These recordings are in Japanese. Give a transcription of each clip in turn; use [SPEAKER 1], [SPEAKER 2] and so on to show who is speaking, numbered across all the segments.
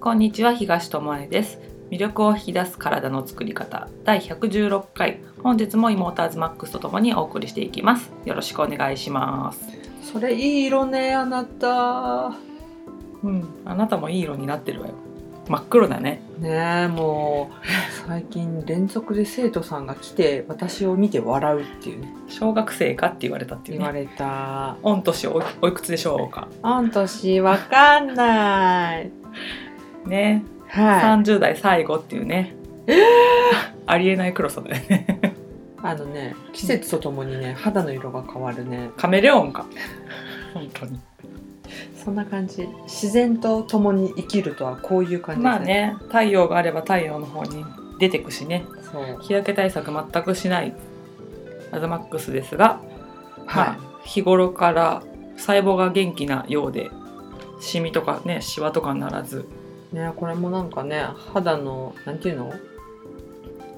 [SPEAKER 1] こんにちは東智恵です魅力を引き出す体の作り方第116回本日もイモーターズマックスとともにお送りしていきますよろしくお願いします
[SPEAKER 2] それいい色ねあなた
[SPEAKER 1] うんあなたもいい色になってるわよ真っ黒だね
[SPEAKER 2] ねえもう最近連続で生徒さんが来て私を見て笑うっていうね
[SPEAKER 1] 小学生かって言われたっていう
[SPEAKER 2] 言わ
[SPEAKER 1] ね
[SPEAKER 2] れた
[SPEAKER 1] 御年おいおいくつでしょうか
[SPEAKER 2] 「あんたしわかんない
[SPEAKER 1] ね」
[SPEAKER 2] はい
[SPEAKER 1] 30代最後っていうねありえない黒さだよね
[SPEAKER 2] あのね季節とともにね肌の色が変わるね
[SPEAKER 1] カメレオンか本当に
[SPEAKER 2] そんな感じ自然とともに生きるとはこういう感じ
[SPEAKER 1] まあね太陽があれば太陽の方に出てくしね
[SPEAKER 2] そう
[SPEAKER 1] 日焼け対策全くしないアザマックスですが、ま
[SPEAKER 2] は
[SPEAKER 1] あ、日頃から細胞が元気なようでシミとかねシワとかにならず
[SPEAKER 2] いねこれもなんかね肌のなんていうの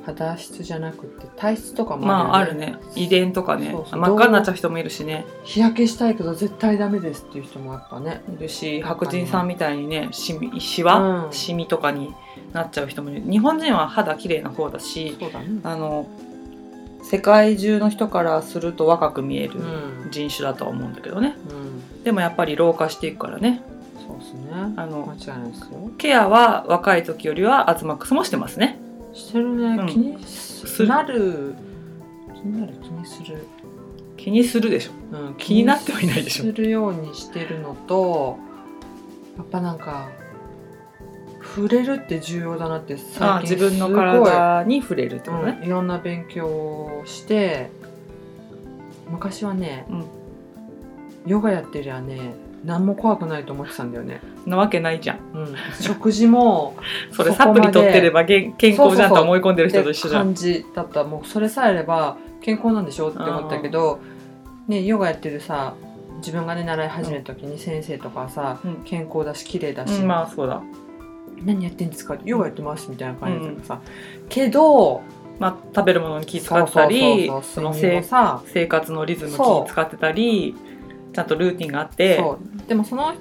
[SPEAKER 2] 肌質じゃなくて体質とかも
[SPEAKER 1] まああ
[SPEAKER 2] よ
[SPEAKER 1] るね遺伝とかね
[SPEAKER 2] そうそう
[SPEAKER 1] 真っ赤になっちゃう人もいるしね
[SPEAKER 2] 日焼けしたいけど絶対ダメですっていう人もやっぱね
[SPEAKER 1] いるし白人さんみたいにねシミシワ、
[SPEAKER 2] うん
[SPEAKER 1] シミとかになっちゃう人もいる日本人は肌綺麗な方だし
[SPEAKER 2] そうだね
[SPEAKER 1] あの世界中の人からすると若く見え
[SPEAKER 2] う
[SPEAKER 1] る
[SPEAKER 2] ん、
[SPEAKER 1] 人種だとは思うんだけどね
[SPEAKER 2] うん、
[SPEAKER 1] でもやっぱり老化していくからね
[SPEAKER 2] そうですね
[SPEAKER 1] あの
[SPEAKER 2] 間違いないですよ
[SPEAKER 1] ケアは若い時よりはアズマックスもしてますね。
[SPEAKER 2] してるね、
[SPEAKER 1] うん
[SPEAKER 2] 気にす
[SPEAKER 1] する
[SPEAKER 2] なる気になる気にする、
[SPEAKER 1] 気にするでしょ。
[SPEAKER 2] うん、
[SPEAKER 1] 気になってはいないでしょ
[SPEAKER 2] 気にするようにしてるのとやっぱなんか触れるって重要だなって
[SPEAKER 1] あ
[SPEAKER 2] 最近
[SPEAKER 1] 自分の体に触れるって
[SPEAKER 2] す
[SPEAKER 1] こと
[SPEAKER 2] ごい、
[SPEAKER 1] ね。
[SPEAKER 2] うん、いろんな勉強をして昔はね、
[SPEAKER 1] うん
[SPEAKER 2] ヨガやってりゃね何も怖くないと思ってたんだよね
[SPEAKER 1] なわけないじゃん。
[SPEAKER 2] うん、食事 も
[SPEAKER 1] それ
[SPEAKER 2] そこ
[SPEAKER 1] サ
[SPEAKER 2] ま
[SPEAKER 1] プ
[SPEAKER 2] で
[SPEAKER 1] リ取ってれば健健康じゃんと思い込んでる人と一緒じゃん。
[SPEAKER 2] 感じだったもうそれさえあれば健康なんでしょって思ったけど、ね、ヨガやってるさ自分がね習い始めた時に先生とかさ、
[SPEAKER 1] うん
[SPEAKER 2] 健康だし綺麗だし、
[SPEAKER 1] うん、まあそうだ。
[SPEAKER 2] 何やってんですかヨガやってますみたいな感じだったからさ、けど
[SPEAKER 1] まあ食べるものに気使ったり、
[SPEAKER 2] そう
[SPEAKER 1] そ
[SPEAKER 2] そうそうそ
[SPEAKER 1] の
[SPEAKER 2] う睡眠
[SPEAKER 1] せ
[SPEAKER 2] もさ
[SPEAKER 1] 生活のリズム
[SPEAKER 2] そう
[SPEAKER 1] 気使ってたり、ちゃんとルーティンがあって、
[SPEAKER 2] そうでもその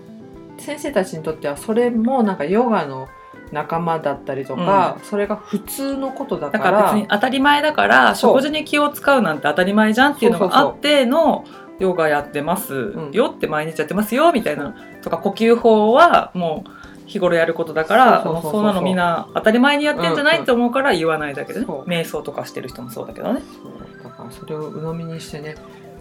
[SPEAKER 2] 先生たちにとってはそれもなんかヨガの仲間だったりとか、それが普通のことだか
[SPEAKER 1] だ
[SPEAKER 2] ら
[SPEAKER 1] から別に当たり前だから
[SPEAKER 2] そう
[SPEAKER 1] 食事に気を使うなんて当たり前じゃんっていうのがあってのヨガやってます
[SPEAKER 2] うん
[SPEAKER 1] よって毎日やってますよみたいなとか呼吸法はもう日頃やることだから
[SPEAKER 2] そう
[SPEAKER 1] も
[SPEAKER 2] そううそうそう
[SPEAKER 1] そんなのみんな当たり前にやってんじゃな
[SPEAKER 2] うん
[SPEAKER 1] い
[SPEAKER 2] うん
[SPEAKER 1] と思うから言わないだけでね
[SPEAKER 2] そう
[SPEAKER 1] 瞑想とかしてる人もそうだけどね
[SPEAKER 2] そうだからそれを鵜呑みにしてね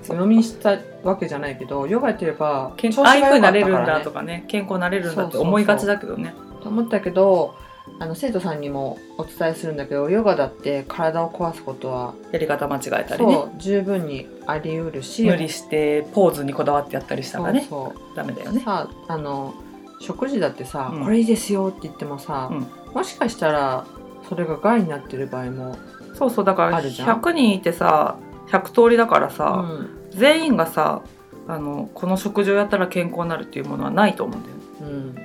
[SPEAKER 2] 鵜呑みにしたわけじゃないけどヨガやってれば
[SPEAKER 1] 健
[SPEAKER 2] 調
[SPEAKER 1] ああ
[SPEAKER 2] 子
[SPEAKER 1] いう
[SPEAKER 2] が
[SPEAKER 1] 風
[SPEAKER 2] 良
[SPEAKER 1] に
[SPEAKER 2] か
[SPEAKER 1] なれる
[SPEAKER 2] った
[SPEAKER 1] ん
[SPEAKER 2] か
[SPEAKER 1] だ
[SPEAKER 2] ら
[SPEAKER 1] と
[SPEAKER 2] ね
[SPEAKER 1] かね健康になれるんだって
[SPEAKER 2] そうそうそう
[SPEAKER 1] 思いがちだけどね
[SPEAKER 2] と思ったけどあの生徒さんにもお伝えするんだけどヨガだって体を壊すことは、
[SPEAKER 1] やり方間違えたりね
[SPEAKER 2] そう十分にあり得るし
[SPEAKER 1] 無理してポーズにこだわってやったりした
[SPEAKER 2] そ
[SPEAKER 1] ら
[SPEAKER 2] う
[SPEAKER 1] ね
[SPEAKER 2] そう
[SPEAKER 1] ダメだよね
[SPEAKER 2] さあの食事だってさ、
[SPEAKER 1] うん
[SPEAKER 2] これいいですよって言ってもさ、
[SPEAKER 1] うん
[SPEAKER 2] もしかしたらそれが害になってる場合も、
[SPEAKER 1] そうそうだから
[SPEAKER 2] あるじゃん
[SPEAKER 1] 100人いてさ100通りだから
[SPEAKER 2] う
[SPEAKER 1] さ、
[SPEAKER 2] ん
[SPEAKER 1] 全員がさあのこの食事をやったら健康になるっていうものはないと思うんだよ、ね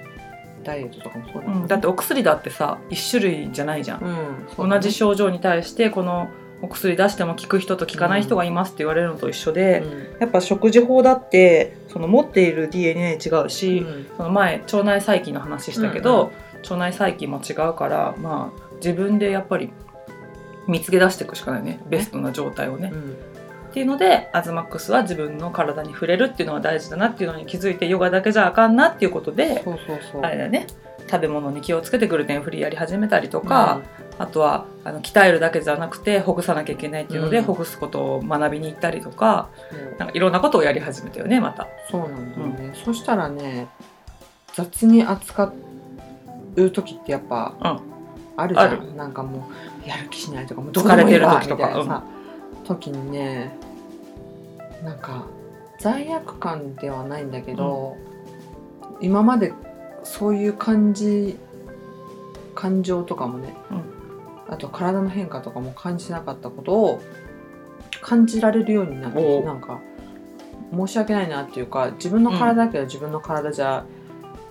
[SPEAKER 2] うん、ダイエットとかもそうだ
[SPEAKER 1] うんだってお薬だってさ1種類じゃないじゃん、
[SPEAKER 2] うんそうだね
[SPEAKER 1] 同じ症状に対してこのお薬出しても効く人と効かない人がいますって言われるのと一緒で、やっぱ食事法だってその持っている DNA 違う
[SPEAKER 2] うん
[SPEAKER 1] し、
[SPEAKER 2] うん
[SPEAKER 1] その前腸内細菌の話したけど、腸内細菌も違うからまあ自分でやっぱり見つけ出していくしかないねベストな状態をね
[SPEAKER 2] う、ん
[SPEAKER 1] っていうのでアズマックスは自分の体に触れるっていうのは大事だなっていうのに気づいてヨガだけじゃあかんなっていうことで
[SPEAKER 2] そうそうそう
[SPEAKER 1] あれだね食べ物に気をつけてグルテンフリーやり始めたりとか、あとはあの鍛えるだけじゃなくてほぐさなきゃいけないっていうので、
[SPEAKER 2] うん
[SPEAKER 1] ほぐすことを学びに行ったりとか
[SPEAKER 2] うんそう
[SPEAKER 1] なんかいろんなことをやり始めたよねまた。
[SPEAKER 2] そうなんだよね、そしたらね雑に扱う時ってやっぱ
[SPEAKER 1] うん
[SPEAKER 2] あるじゃ
[SPEAKER 1] あ
[SPEAKER 2] ん、なんかもうやる気しないとかもう
[SPEAKER 1] 疲れてる時と
[SPEAKER 2] どうでも
[SPEAKER 1] か
[SPEAKER 2] いいわみたいなさ、時にねなんか罪悪感ではないんだけど、今までそういう感じ感情とかもね、あと体の変化とかも感じなかったことを感じられるようになってきて
[SPEAKER 1] おう
[SPEAKER 2] なんか申し訳ないなっていうか自分の体だけど自分の体じゃ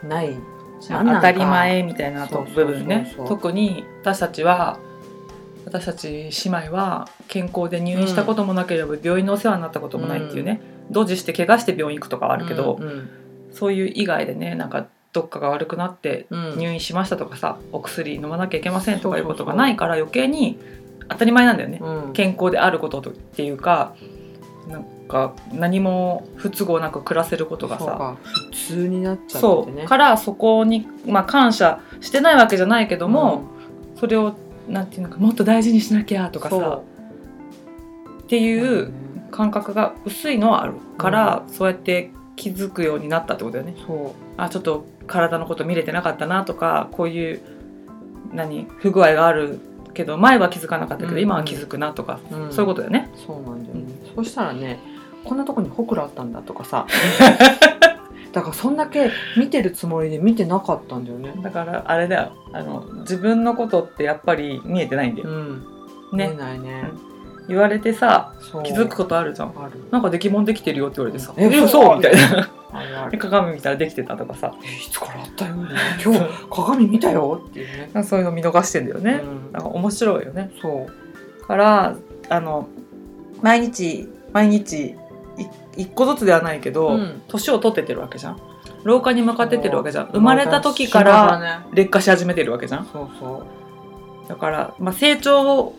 [SPEAKER 2] ないじゃん、
[SPEAKER 1] 当たり前みたいなと
[SPEAKER 2] そうそうそう
[SPEAKER 1] 部分ね
[SPEAKER 2] そう
[SPEAKER 1] 特に私たちは私たち姉妹は健康で入院したこともなければ病院のお世話になったこともないっていうね、ドジして怪我して病院行くとかはあ
[SPEAKER 2] あ
[SPEAKER 1] るけど、そういう以外でねなんかどっかが悪くなって
[SPEAKER 2] うん
[SPEAKER 1] 入院しましたとかさお薬飲まなきゃいけませんとかいうことがないから余計に当たり前なんだよね
[SPEAKER 2] うん
[SPEAKER 1] 健康であることとっていうかなんか何も不都合なく暮らせることが
[SPEAKER 2] そう
[SPEAKER 1] さ
[SPEAKER 2] か普通になっちゃっ
[SPEAKER 1] そ
[SPEAKER 2] て
[SPEAKER 1] う,、
[SPEAKER 2] ね
[SPEAKER 1] からそこに、まあ、感謝してないわけじゃないけども、それをなんていうのかもっと大事にしなきゃとかさって
[SPEAKER 2] て
[SPEAKER 1] いう感覚が薄いのはあるから、そうやって気づくようになったってことだよね。
[SPEAKER 2] そ
[SPEAKER 1] あちょっと体のこと見れてなかったなとかこういう何不具合があるけど前は気づかなかったけど、
[SPEAKER 2] うん
[SPEAKER 1] 今は気づくなとか、
[SPEAKER 2] う、うん
[SPEAKER 1] そういうことだよね。
[SPEAKER 2] そうなんだよね、そしたらねこんなとこにほくろあったんだとか さだからそんだけ見てるつもりで見てなかったんだよね
[SPEAKER 1] だからあれだよあの自分のことってやっぱり見えてないんだ
[SPEAKER 2] う
[SPEAKER 1] よ、
[SPEAKER 2] ん見え
[SPEAKER 1] ね
[SPEAKER 2] ないね、
[SPEAKER 1] 言われてさ
[SPEAKER 2] そう
[SPEAKER 1] 気づくことあるじゃん
[SPEAKER 2] ある
[SPEAKER 1] なんかできもんできてるよって言われてさ「
[SPEAKER 2] うんえ
[SPEAKER 1] え
[SPEAKER 2] 嘘
[SPEAKER 1] 嘘みたいな
[SPEAKER 2] あるあ
[SPEAKER 1] で
[SPEAKER 2] る
[SPEAKER 1] 鏡見たらできてたとかさ
[SPEAKER 2] えいつからあったよ 今日鏡見たよっていうね
[SPEAKER 1] なんかそういうの見逃してんだよね、
[SPEAKER 2] うん
[SPEAKER 1] なんか面白いよね
[SPEAKER 2] そう
[SPEAKER 1] からあの毎日毎日い一個ずつではないけど、
[SPEAKER 2] うん
[SPEAKER 1] 年を取ってってるわけじゃん老化に向かってってるわけじゃん
[SPEAKER 2] そう
[SPEAKER 1] 生まれた時か
[SPEAKER 2] ま
[SPEAKER 1] ら
[SPEAKER 2] だね
[SPEAKER 1] 劣化し始めてるわけじゃん
[SPEAKER 2] そうそう
[SPEAKER 1] だから、まあ、成長を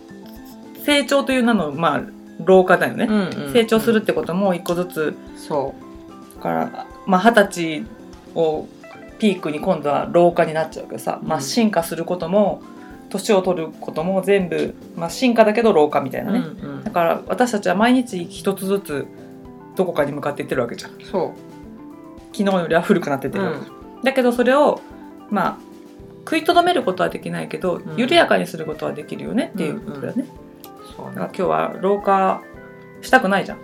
[SPEAKER 1] 成長という名の、まあ、老化だよね、
[SPEAKER 2] うんうん
[SPEAKER 1] 成長するってことも一個ずつ
[SPEAKER 2] そ
[SPEAKER 1] だからまあ二十、歳をピークに今度は老化になっちゃうけどさ、ま
[SPEAKER 2] う
[SPEAKER 1] あ、
[SPEAKER 2] ん、
[SPEAKER 1] 進化することも年を取ることも全部、まあ、進化だけど老化みたいうなね、
[SPEAKER 2] うんうん
[SPEAKER 1] だから私たちは毎日一つずつどこかに向かっていってるわけじゃん
[SPEAKER 2] そ
[SPEAKER 1] 昨日よりは古くなってっ
[SPEAKER 2] う、
[SPEAKER 1] てるわけじゃんだけどそれをまあ食いとどめることはできないけど、
[SPEAKER 2] うん
[SPEAKER 1] 緩やかにすることはできるよねっていうことだよね、
[SPEAKER 2] そう
[SPEAKER 1] だから今日は老化したくないじゃん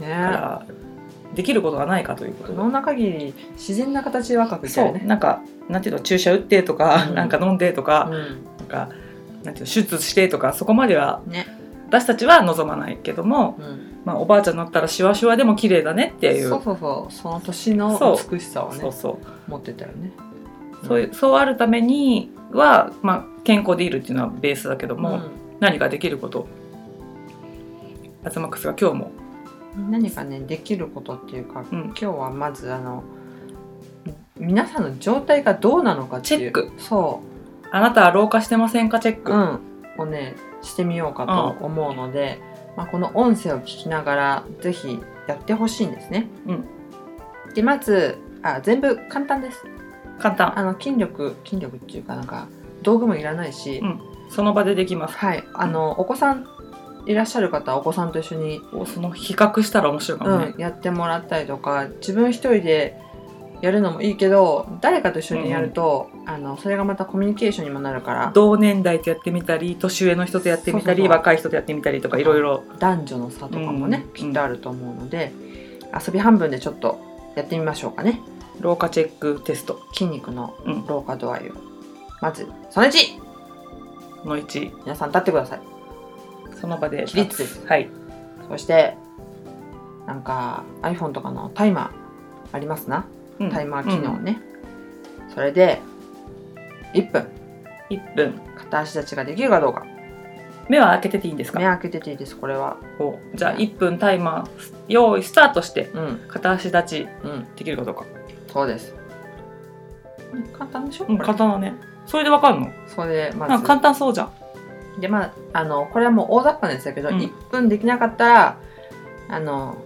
[SPEAKER 1] だか
[SPEAKER 2] ね
[SPEAKER 1] らできることがないかということ
[SPEAKER 2] 可
[SPEAKER 1] で
[SPEAKER 2] 能な限り自然な形で若くいた
[SPEAKER 1] そ
[SPEAKER 2] いうね
[SPEAKER 1] なんかなんていうの注射打ってとか、
[SPEAKER 2] うん
[SPEAKER 1] なんか飲んでとか、
[SPEAKER 2] ん
[SPEAKER 1] なんかなんていうの手術してとかそこまでは
[SPEAKER 2] ね
[SPEAKER 1] 私たちは望まないけども、
[SPEAKER 2] うん
[SPEAKER 1] まあ、おばあちゃんになったらシワシワでも綺麗だねっていう
[SPEAKER 2] そうそうそうその年の
[SPEAKER 1] そう
[SPEAKER 2] 美しさを
[SPEAKER 1] そう
[SPEAKER 2] ね
[SPEAKER 1] そう
[SPEAKER 2] 持ってたよね
[SPEAKER 1] そういうそうあるためには、まあ、健康でいるっていうのはベースだけど
[SPEAKER 2] うん
[SPEAKER 1] も、何ができることアズマックスが今日も
[SPEAKER 2] うん何かねできることっていうか
[SPEAKER 1] うん
[SPEAKER 2] 今日はまずあの皆さんの状態がどうなのかっていう
[SPEAKER 1] チェック
[SPEAKER 2] そう
[SPEAKER 1] あなたは老化してませんかチェック、
[SPEAKER 2] うん、をねしてみようかと思うので、まあ、この音声を聞きながらぜひやってほしいんですね。
[SPEAKER 1] うん
[SPEAKER 2] でまずあ全部簡単です。
[SPEAKER 1] 簡単
[SPEAKER 2] あの筋力筋力っていうかなんか道具もいらないし、
[SPEAKER 1] うんその場でできます
[SPEAKER 2] はい、あのお子さんいらっしゃる方はお子さんと一緒に、
[SPEAKER 1] おその比較したら面白いかもね
[SPEAKER 2] う、ん、やってもらったりとか自分一人でやるのもいいけど誰かと一緒にやると、あのそれがまたコミュニケーションにもなるから
[SPEAKER 1] 同年代とやってみたり年上の人とやってみたり
[SPEAKER 2] そうそうそう
[SPEAKER 1] 若い人とやってみたりとかいろいろ
[SPEAKER 2] 男女の差とかもね、
[SPEAKER 1] うん
[SPEAKER 2] きっとあると思うので遊び半分でちょっとやってみましょうかね
[SPEAKER 1] 老化チェックテスト
[SPEAKER 2] 筋肉の
[SPEAKER 1] うん
[SPEAKER 2] 老化度合いを、まずその1
[SPEAKER 1] の1
[SPEAKER 2] 皆さん立ってください
[SPEAKER 1] その場で
[SPEAKER 2] 起立です
[SPEAKER 1] はい
[SPEAKER 2] そしてなんか iPhone とかのタイマーありますな
[SPEAKER 1] うん
[SPEAKER 2] タイマー機能ね、それで1分
[SPEAKER 1] うん1分
[SPEAKER 2] 片足立ちができるかどうか
[SPEAKER 1] 目は開けてていいんです
[SPEAKER 2] 目
[SPEAKER 1] か
[SPEAKER 2] 開けてていいですこれは
[SPEAKER 1] こうじゃあ1分タイマー用意スタートして
[SPEAKER 2] うん
[SPEAKER 1] 片足立ち
[SPEAKER 2] うん
[SPEAKER 1] できるかどうか、
[SPEAKER 2] そうです簡単でしょ、
[SPEAKER 1] うん、
[SPEAKER 2] これ
[SPEAKER 1] 簡単だねそれでわかるの
[SPEAKER 2] それでま
[SPEAKER 1] なん
[SPEAKER 2] ず
[SPEAKER 1] か簡単そうじゃん
[SPEAKER 2] でまああのこれはもう大雑把なんですけど、
[SPEAKER 1] うん
[SPEAKER 2] 1分できなかったらあの、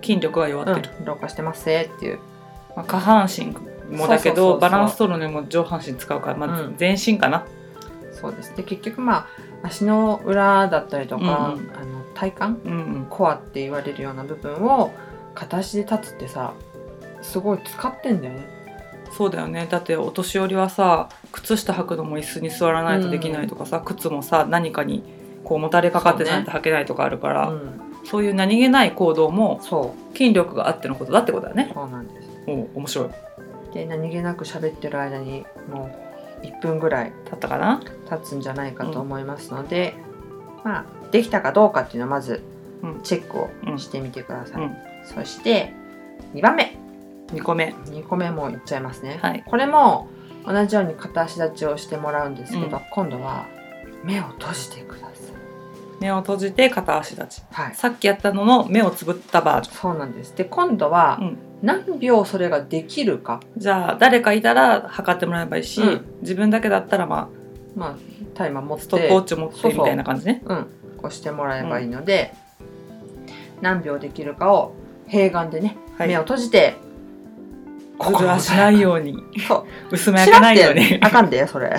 [SPEAKER 1] 筋力が弱って
[SPEAKER 2] う
[SPEAKER 1] る、
[SPEAKER 2] ん、老化してますぜっていう
[SPEAKER 1] まあ、下半身もだけ
[SPEAKER 2] そうそうそうそ
[SPEAKER 1] ど
[SPEAKER 2] う
[SPEAKER 1] バランス取るのにも上半身使うから、ま
[SPEAKER 2] う
[SPEAKER 1] あ
[SPEAKER 2] ん、
[SPEAKER 1] 全身かな、
[SPEAKER 2] そうですで結局まあ足の裏だったりとか、
[SPEAKER 1] うん
[SPEAKER 2] あの体幹
[SPEAKER 1] うんうん
[SPEAKER 2] コアって言われるような部分を片足で立つってさすごい使ってんだよね
[SPEAKER 1] そうだよねだってお年寄りはさ靴下履くのも椅子に座らないとできないとかさ、靴もさ何かにこうもたれかかってないと履けないとかあるか
[SPEAKER 2] う
[SPEAKER 1] らそう,、
[SPEAKER 2] ん、
[SPEAKER 1] いう何気ない行動も
[SPEAKER 2] そ
[SPEAKER 1] 筋力があってのことだってことだよ
[SPEAKER 2] う
[SPEAKER 1] ね
[SPEAKER 2] そうなんです
[SPEAKER 1] おう面白い
[SPEAKER 2] で何気なく喋ってる間にもう1分ぐらい
[SPEAKER 1] だったかな
[SPEAKER 2] 経つんじゃないかと思いますので、まあできたかどうかっていうのをまず
[SPEAKER 1] うん
[SPEAKER 2] チェックをしてみてください、
[SPEAKER 1] うん
[SPEAKER 2] そして2番目
[SPEAKER 1] 2個目
[SPEAKER 2] 2個目もいっちゃいますね、
[SPEAKER 1] はい
[SPEAKER 2] これも同じように片足立ちをしてもらうんですけど、
[SPEAKER 1] う
[SPEAKER 2] 今度は目を閉じてください
[SPEAKER 1] 目を閉じて片足立ち
[SPEAKER 2] はい
[SPEAKER 1] さっきやったのの目をつぶったバージ
[SPEAKER 2] そうなんですで今度は
[SPEAKER 1] ョン、
[SPEAKER 2] 何秒それができるか
[SPEAKER 1] じゃあ誰かいたら測ってもらえばいいし、
[SPEAKER 2] うん
[SPEAKER 1] 自分だけだったらまあ
[SPEAKER 2] まあタイマー持っ
[SPEAKER 1] ストップウォッ
[SPEAKER 2] て
[SPEAKER 1] チを持ってみたいな感じね
[SPEAKER 2] うん押してもらえばいいので、何秒できるかを平眼でね、
[SPEAKER 1] はい
[SPEAKER 2] 目を閉じて
[SPEAKER 1] ここはしないように
[SPEAKER 2] そ
[SPEAKER 1] 薄め開
[SPEAKER 2] うし
[SPEAKER 1] か
[SPEAKER 2] な
[SPEAKER 1] な
[SPEAKER 2] く
[SPEAKER 1] いよう
[SPEAKER 2] て
[SPEAKER 1] に
[SPEAKER 2] あかんで それ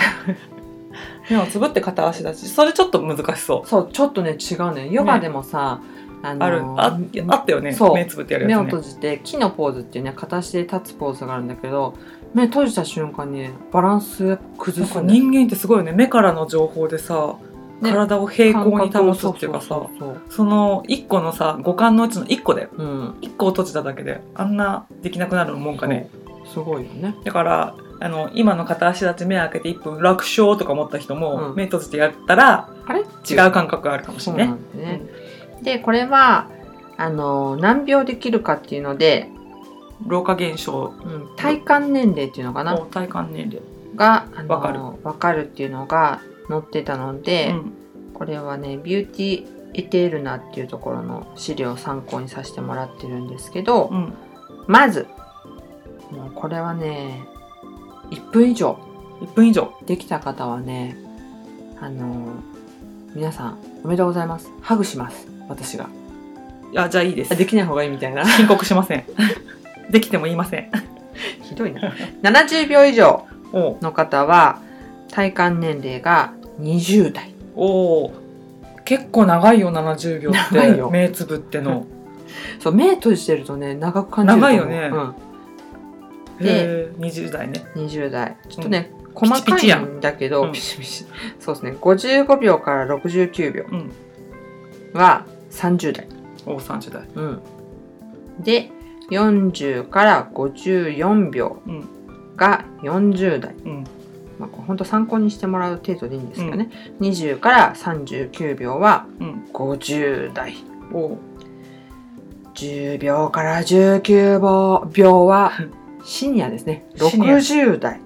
[SPEAKER 1] 目をつぶって片足だしそれちょっと難しそう
[SPEAKER 2] そうちょっとね違うねヨガでもさ、あの
[SPEAKER 1] あるああったよね
[SPEAKER 2] そう
[SPEAKER 1] 目つぶってやる
[SPEAKER 2] 目を
[SPEAKER 1] やつね
[SPEAKER 2] 閉じて木のポーズっていうね片足で立つポーズがあるんだけど目閉じた瞬間にバランス崩
[SPEAKER 1] なん
[SPEAKER 2] す
[SPEAKER 1] か
[SPEAKER 2] んだよ
[SPEAKER 1] 人間ってすごいよね目からの情報でさ
[SPEAKER 2] ね
[SPEAKER 1] 体を平行に保つっていうか
[SPEAKER 2] そ
[SPEAKER 1] さ
[SPEAKER 2] うそうそう
[SPEAKER 1] その1個のさ五感のうちの1個だよ
[SPEAKER 2] そううん
[SPEAKER 1] 1個を閉じただけであんなできなくなるもんかね
[SPEAKER 2] すごいよね
[SPEAKER 1] だからあの今の片足立ち目開けて1分楽勝とか思った人も、
[SPEAKER 2] うん
[SPEAKER 1] 目閉じてやったら
[SPEAKER 2] あれ
[SPEAKER 1] 違う感覚があるかもし
[SPEAKER 2] そう
[SPEAKER 1] れ
[SPEAKER 2] な
[SPEAKER 1] ない、
[SPEAKER 2] んだね、でこれはあの何秒できるかっていうので、
[SPEAKER 1] 老化現象
[SPEAKER 2] うん、体感年齢っていうのかな、
[SPEAKER 1] の体感年齢、
[SPEAKER 2] があの
[SPEAKER 1] わか
[SPEAKER 2] わかるっていうのが載ってたので、
[SPEAKER 1] うん
[SPEAKER 2] これはねビューティーエテールナっていうところの資料を参考にさせてもらってるんですけど、
[SPEAKER 1] うん、
[SPEAKER 2] まずもうこれはね1分以上
[SPEAKER 1] 1分以上
[SPEAKER 2] できた方はねあの皆さんおめでとうございますハグします私が
[SPEAKER 1] いやじゃあいいです
[SPEAKER 2] あできない方がいいみたいな
[SPEAKER 1] 申告しませ んできても言いません
[SPEAKER 2] ひど いな70秒以上
[SPEAKER 1] おう
[SPEAKER 2] の方は体感年齢が20代
[SPEAKER 1] おう結構長いよ70秒っ
[SPEAKER 2] 長い
[SPEAKER 1] て
[SPEAKER 2] よ
[SPEAKER 1] 目つぶっての
[SPEAKER 2] そう目閉じてるとね長く感じると
[SPEAKER 1] 長
[SPEAKER 2] 思う
[SPEAKER 1] いよね
[SPEAKER 2] で
[SPEAKER 1] へえ20代ね
[SPEAKER 2] うん、20代ちょっとね、
[SPEAKER 1] ん
[SPEAKER 2] 細
[SPEAKER 1] ピチピチ
[SPEAKER 2] か
[SPEAKER 1] や
[SPEAKER 2] い
[SPEAKER 1] ん
[SPEAKER 2] んだけど
[SPEAKER 1] うん
[SPEAKER 2] ピシピシ そうですね55秒から69秒
[SPEAKER 1] うん
[SPEAKER 2] は30代、
[SPEAKER 1] おう30代
[SPEAKER 2] うん、で40から54秒
[SPEAKER 1] うん
[SPEAKER 2] が40代、
[SPEAKER 1] うん
[SPEAKER 2] まあ、ほんと参考にしてもらう程度でいいんですけどね、20から39秒は
[SPEAKER 1] うん
[SPEAKER 2] 50代
[SPEAKER 1] おう
[SPEAKER 2] 10秒から19秒はシニアですね
[SPEAKER 1] シニア
[SPEAKER 2] 60代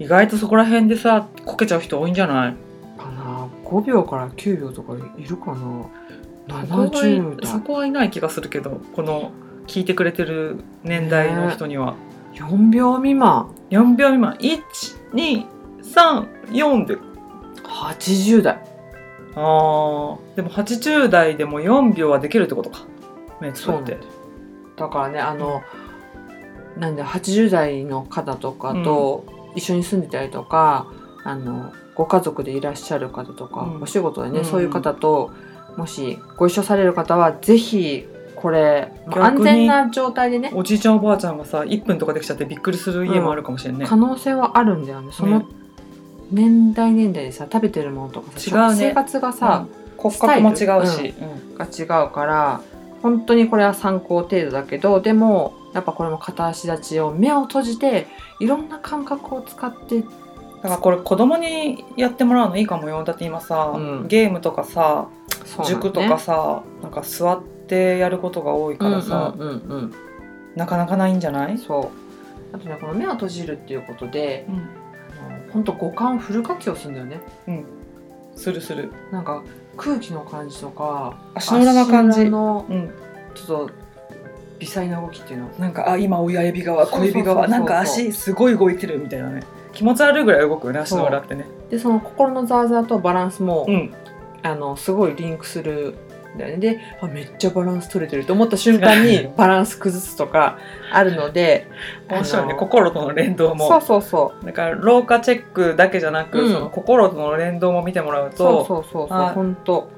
[SPEAKER 1] 意外とそこら辺でさこけちゃう人多いんじゃない
[SPEAKER 2] かな5秒から9秒とかいるかな
[SPEAKER 1] そこ
[SPEAKER 2] 70
[SPEAKER 1] はそ
[SPEAKER 2] 代
[SPEAKER 1] こはいない気がするけどこの聞いてくれてる年代の人には、
[SPEAKER 2] 4秒未満
[SPEAKER 1] 4秒未満1234で
[SPEAKER 2] 80代
[SPEAKER 1] あーでも80代でも4秒はできるってことか目つぶって
[SPEAKER 2] だからねあの、なんで80代の方とかと一緒に住んでたりとか、あのご家族でいらっしゃる方とか、
[SPEAKER 1] うん
[SPEAKER 2] お仕事でね、
[SPEAKER 1] うん
[SPEAKER 2] そういう方ともしご一緒される方はぜひこれまあ
[SPEAKER 1] 逆
[SPEAKER 2] 安
[SPEAKER 1] に
[SPEAKER 2] 全な状態でね
[SPEAKER 1] おじいちゃんおばあちゃんがさ1分とかできちゃってびっくりする家もあるかもしれんね、
[SPEAKER 2] 可能性はあるんだよねその
[SPEAKER 1] ね
[SPEAKER 2] 年代年代でさ食べてるものとか
[SPEAKER 1] 違
[SPEAKER 2] さ、
[SPEAKER 1] うね
[SPEAKER 2] 生活がさ、
[SPEAKER 1] 骨格も違うし、
[SPEAKER 2] が違うから本当にこれは参考程度だけどでもやっぱこれも片足立ちを目を閉じていろんな感覚を使って
[SPEAKER 1] だからこれ子供にやってもらうのいいかもよだって今さ、
[SPEAKER 2] うん
[SPEAKER 1] ゲームとかさ
[SPEAKER 2] そうなんだね
[SPEAKER 1] 塾とかさなんか座ってやることが多いからさ、
[SPEAKER 2] うんうんうん
[SPEAKER 1] なかなかないんじゃない
[SPEAKER 2] うん、そうあとねこの目を閉じるっていうことで
[SPEAKER 1] うん
[SPEAKER 2] 本当五感をフル活用するんだよね
[SPEAKER 1] するする
[SPEAKER 2] なんか空気の感じとか
[SPEAKER 1] 足の裏の感
[SPEAKER 2] 足
[SPEAKER 1] じ
[SPEAKER 2] 裏の
[SPEAKER 1] うん、
[SPEAKER 2] ちょっと微細な動きっていうの
[SPEAKER 1] なんかあ今親指側
[SPEAKER 2] そう
[SPEAKER 1] 小
[SPEAKER 2] そうそうそう
[SPEAKER 1] 指側なんか足すごい動いてるみたいなね気持ち悪いぐらい動くよね足の裏ってね
[SPEAKER 2] でその心のざわざわとバランスも、
[SPEAKER 1] うん
[SPEAKER 2] あのすごいリンクするんだよねであめっちゃバランス取れてると思った瞬間 にバランス崩すとかあるので
[SPEAKER 1] 面白いね
[SPEAKER 2] あの
[SPEAKER 1] 心との連動も
[SPEAKER 2] そうそうそう
[SPEAKER 1] だから老化チェックだけじゃなく、
[SPEAKER 2] うん
[SPEAKER 1] その心との連動も見てもらうと
[SPEAKER 2] そうそうそうそう
[SPEAKER 1] あ
[SPEAKER 2] 本当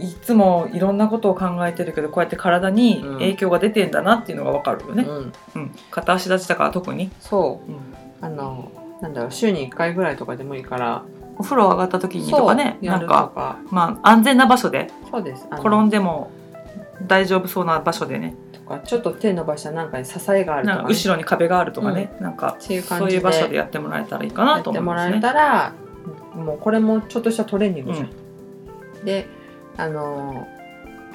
[SPEAKER 1] いつもいろんなことを考えてるけどこうやって体に
[SPEAKER 2] うん
[SPEAKER 1] 影響が出てんだなっていうのが分かるよね、
[SPEAKER 2] うん
[SPEAKER 1] うん片足立ちだから特に、
[SPEAKER 2] そう
[SPEAKER 1] うん
[SPEAKER 2] あのなんだろう週に1回ぐらいとかでもいいから
[SPEAKER 1] お風呂上がった時にとかね
[SPEAKER 2] そうや
[SPEAKER 1] な
[SPEAKER 2] る
[SPEAKER 1] ん
[SPEAKER 2] と
[SPEAKER 1] か、
[SPEAKER 2] か
[SPEAKER 1] まあ、安全な場所で
[SPEAKER 2] そうですあの
[SPEAKER 1] 転んでも大丈夫そうな場所でね
[SPEAKER 2] とかちょっと手伸ばしたなんかに支えがあると
[SPEAKER 1] なん
[SPEAKER 2] か,、
[SPEAKER 1] か
[SPEAKER 2] ね、
[SPEAKER 1] 後ろに壁があるとかね、なんか
[SPEAKER 2] っていう感
[SPEAKER 1] そう
[SPEAKER 2] じ
[SPEAKER 1] い
[SPEAKER 2] で
[SPEAKER 1] う場所でやってもらえたらいいか
[SPEAKER 2] や
[SPEAKER 1] なと思
[SPEAKER 2] って
[SPEAKER 1] い
[SPEAKER 2] も
[SPEAKER 1] ま
[SPEAKER 2] ら
[SPEAKER 1] す
[SPEAKER 2] え
[SPEAKER 1] ね。
[SPEAKER 2] たら、もうこれもちょっとしたトレーニングじゃん。であのー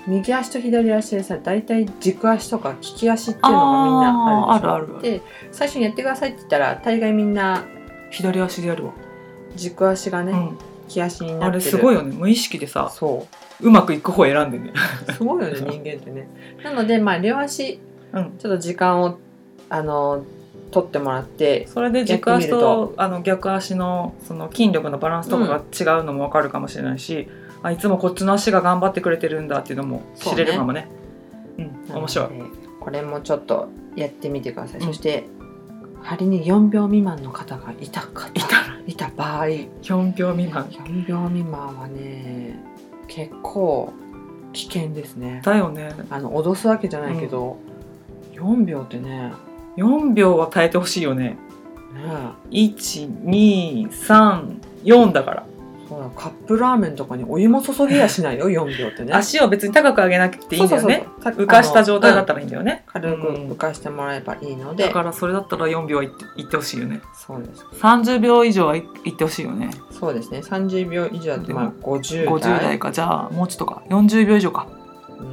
[SPEAKER 2] 右足と左足でさ大体軸足とか利き足っていうのがみんなあるでしょ
[SPEAKER 1] あーあるある
[SPEAKER 2] で最初にやってくださいって言ったら大概みんな
[SPEAKER 1] 左足でやるわ、
[SPEAKER 2] 軸足がね、
[SPEAKER 1] うん
[SPEAKER 2] 利き足にな
[SPEAKER 1] あ
[SPEAKER 2] ってる
[SPEAKER 1] れすごいよね無意識でさ
[SPEAKER 2] そう
[SPEAKER 1] まくいく方選んでね
[SPEAKER 2] すごいよね人間ってねなのでまあ両足
[SPEAKER 1] うん、
[SPEAKER 2] ちょっと時間をあの取ってもらって
[SPEAKER 1] それで軸足とあの逆足のその筋力のバランスとかが違うのも分かるかもしれないし、あいつもこっちの足が頑張ってくれてるんだっていうのも知れるかもねうん面白い
[SPEAKER 2] なのでこれもちょっとやってみてください、
[SPEAKER 1] うん
[SPEAKER 2] そして仮に4秒未満の方がいた方
[SPEAKER 1] いたら
[SPEAKER 2] いた場合
[SPEAKER 1] 4秒未満
[SPEAKER 2] 4秒未満はね結構危険ですね
[SPEAKER 1] だよね
[SPEAKER 2] あの脅すわけじゃないけど、4秒ってね
[SPEAKER 1] 4秒は耐えてほしいよね
[SPEAKER 2] ね
[SPEAKER 1] 1234だから
[SPEAKER 2] そうだカップラーメンとかにお湯も注ぎやしない よ4秒ってね
[SPEAKER 1] 足を別に高く上げなくていいんだよね
[SPEAKER 2] そうそうそう
[SPEAKER 1] 浮かした状態だっ
[SPEAKER 2] ら、
[SPEAKER 1] たらいいんだよね、
[SPEAKER 2] 軽く
[SPEAKER 1] うん
[SPEAKER 2] 浮かしてもらえばいいので、
[SPEAKER 1] だからそれだったら4秒いっていってほしいよね
[SPEAKER 2] そうです
[SPEAKER 1] 30秒以上はいいってほしいよね
[SPEAKER 2] そうですね30秒以上だとまあ50代
[SPEAKER 1] 50代かじゃあもうちょっとか40秒以上か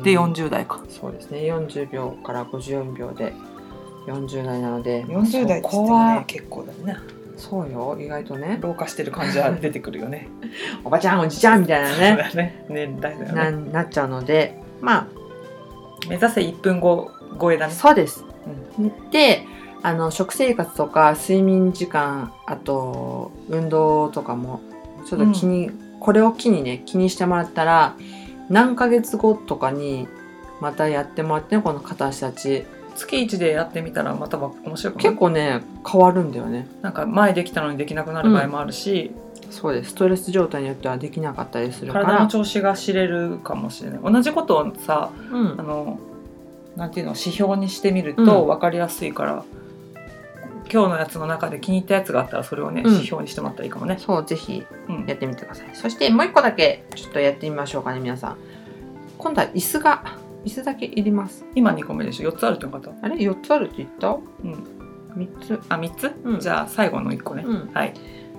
[SPEAKER 1] で
[SPEAKER 2] うん
[SPEAKER 1] 40代か、
[SPEAKER 2] そうですね40秒から54秒で40代なので
[SPEAKER 1] 40代っつって
[SPEAKER 2] こ
[SPEAKER 1] も
[SPEAKER 2] こ
[SPEAKER 1] ね
[SPEAKER 2] は
[SPEAKER 1] 結構だね
[SPEAKER 2] そうよ意外とね
[SPEAKER 1] 老化してる感じは出てくるよ ね
[SPEAKER 2] おばちゃんおじちゃんみたい な
[SPEAKER 1] そう
[SPEAKER 2] ね
[SPEAKER 1] だね年代だよ
[SPEAKER 2] な
[SPEAKER 1] ね
[SPEAKER 2] なっちゃうのでま
[SPEAKER 1] 目指せ1分後超えだ
[SPEAKER 2] あ
[SPEAKER 1] ね
[SPEAKER 2] そうです、であの食生活とか睡眠時間あと運動とかもちょっと気に、これを機にね気にしてもらったら何ヶ月後とかにまたやってもらってねこの片足立ち
[SPEAKER 1] 月1でやってみたらまた面白くな
[SPEAKER 2] 結
[SPEAKER 1] い
[SPEAKER 2] 構ね変わるんだよね
[SPEAKER 1] なんか前できたのにできなくなる場合もあるし、
[SPEAKER 2] そうですストレス状態によってはできなかったりするから
[SPEAKER 1] 体の調子が知れるかもしれない同じことをさ
[SPEAKER 2] う
[SPEAKER 1] あ
[SPEAKER 2] ん、
[SPEAKER 1] のなんていうの指標にしてみる
[SPEAKER 2] う
[SPEAKER 1] と
[SPEAKER 2] ん
[SPEAKER 1] 分かりやすいから、今日のやつの中で気に入ったやつがあったらそれをね、
[SPEAKER 2] うん
[SPEAKER 1] 指標にしてもらったらいいかもね、
[SPEAKER 2] そうぜひ
[SPEAKER 1] うん
[SPEAKER 2] やってみてくださいそしてもう一個だけちょっとやってみましょうかね皆さん今度は椅子が椅子だけいります
[SPEAKER 1] 今2個目でしょ4つあるってこと
[SPEAKER 2] あれ4つあるって言った
[SPEAKER 1] うん
[SPEAKER 2] 3つ
[SPEAKER 1] あ3つ、
[SPEAKER 2] うん
[SPEAKER 1] じゃあ最後の1個ね、
[SPEAKER 2] うん
[SPEAKER 1] はい